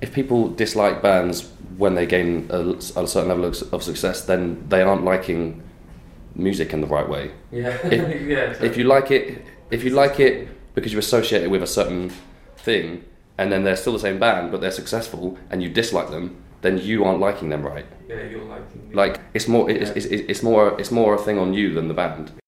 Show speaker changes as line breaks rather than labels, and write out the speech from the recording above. if people dislike bands when they gain a, a certain level of, of success, then they aren't liking music in the right way.
Yeah.
If-
yeah. Exactly.
If you like it, if you like it because you associate it with a certain thing, and then they're still the same band but they're successful, and you dislike them, then you aren't liking them right.
yeah, you're liking.
Like it's more, it's, it's, it's more, it's more a thing on you than the band.